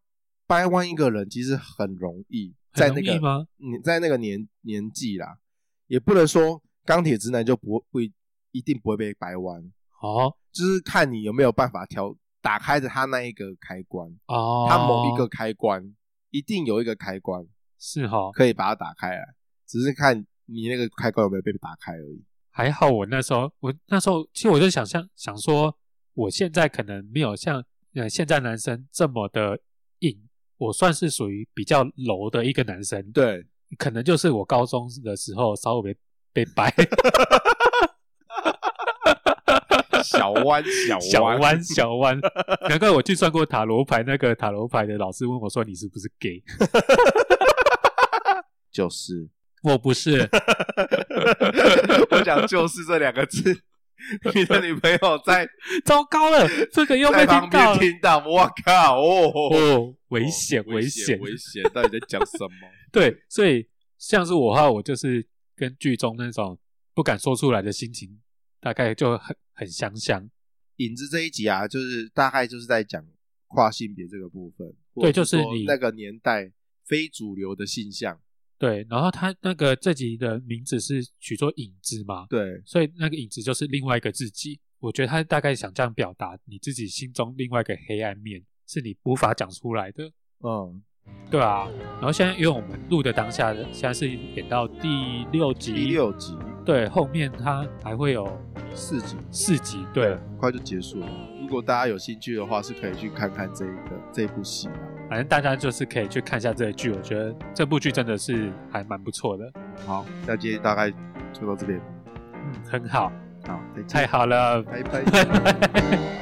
A: 掰弯一个人其实很容易，在
B: 很
A: 那
B: 容易
A: 个
B: 吗？
A: 你在那个年年纪啦，也不能说钢铁直男就不不一一定不会被掰弯，
B: 哦
A: 就是看你有没有办法调打开着他那一个开关，
B: 哦，
A: 他某一个开关一定有一个开关
B: 是哦哈、
A: 可以把它打开来，只是看你那个开关有没有被打开而已。
B: 还好我那时候，我那时候其实我就想象想说，我现在可能没有像呃现在男生这么的硬，我算是属于比较柔的一个男生，
A: 对，
B: 可能就是我高中的时候稍微 被被掰
A: 小弯小
B: 小
A: 弯
B: 弯小弯，难怪我去算过塔罗牌，那个塔罗牌的老师问我说你是不是 gay，
A: 就是，
B: 我不是，
A: 我讲就是这两个字。你的女朋友在
B: 糟糕了，这 个又被
A: 在
B: 听
A: 旁
B: 到
A: 边
B: 了，
A: 听到，我靠！哦，
B: 哦，危险危险
A: 危险！到底在讲什么？
B: 对，所以像是我的话，我就是跟剧中那种不敢说出来的心情，大概就很很相像。
A: 影子这一集啊，就是大概就是在讲跨性别这个部分，或者
B: 对就是
A: 说
B: 你
A: 那个年代非主流的性向，
B: 对，然后他那个这集的名字是取作影子嘛，
A: 对
B: 所以那个影子就是另外一个自己。我觉得他大概想这样表达你自己心中另外一个黑暗面，是你无法讲出来的。
A: 嗯，
B: 对啊，然后现在因为我们录的当下，现在是演到第六集，
A: 第六集
B: 对，后面它还会有
A: 四集
B: 四集，对，
A: 很快就结束了。如果大家有兴趣的话，是可以去看看这一个这一部戏啊。
B: 反正大家就是可以去看一下这个剧，我觉得这部剧真的是还蛮不错的，
A: 好，那今天大概就到这边，
B: 嗯，很好，
A: 好，再
B: 太
A: 见，
B: 好了，
A: 拜拜。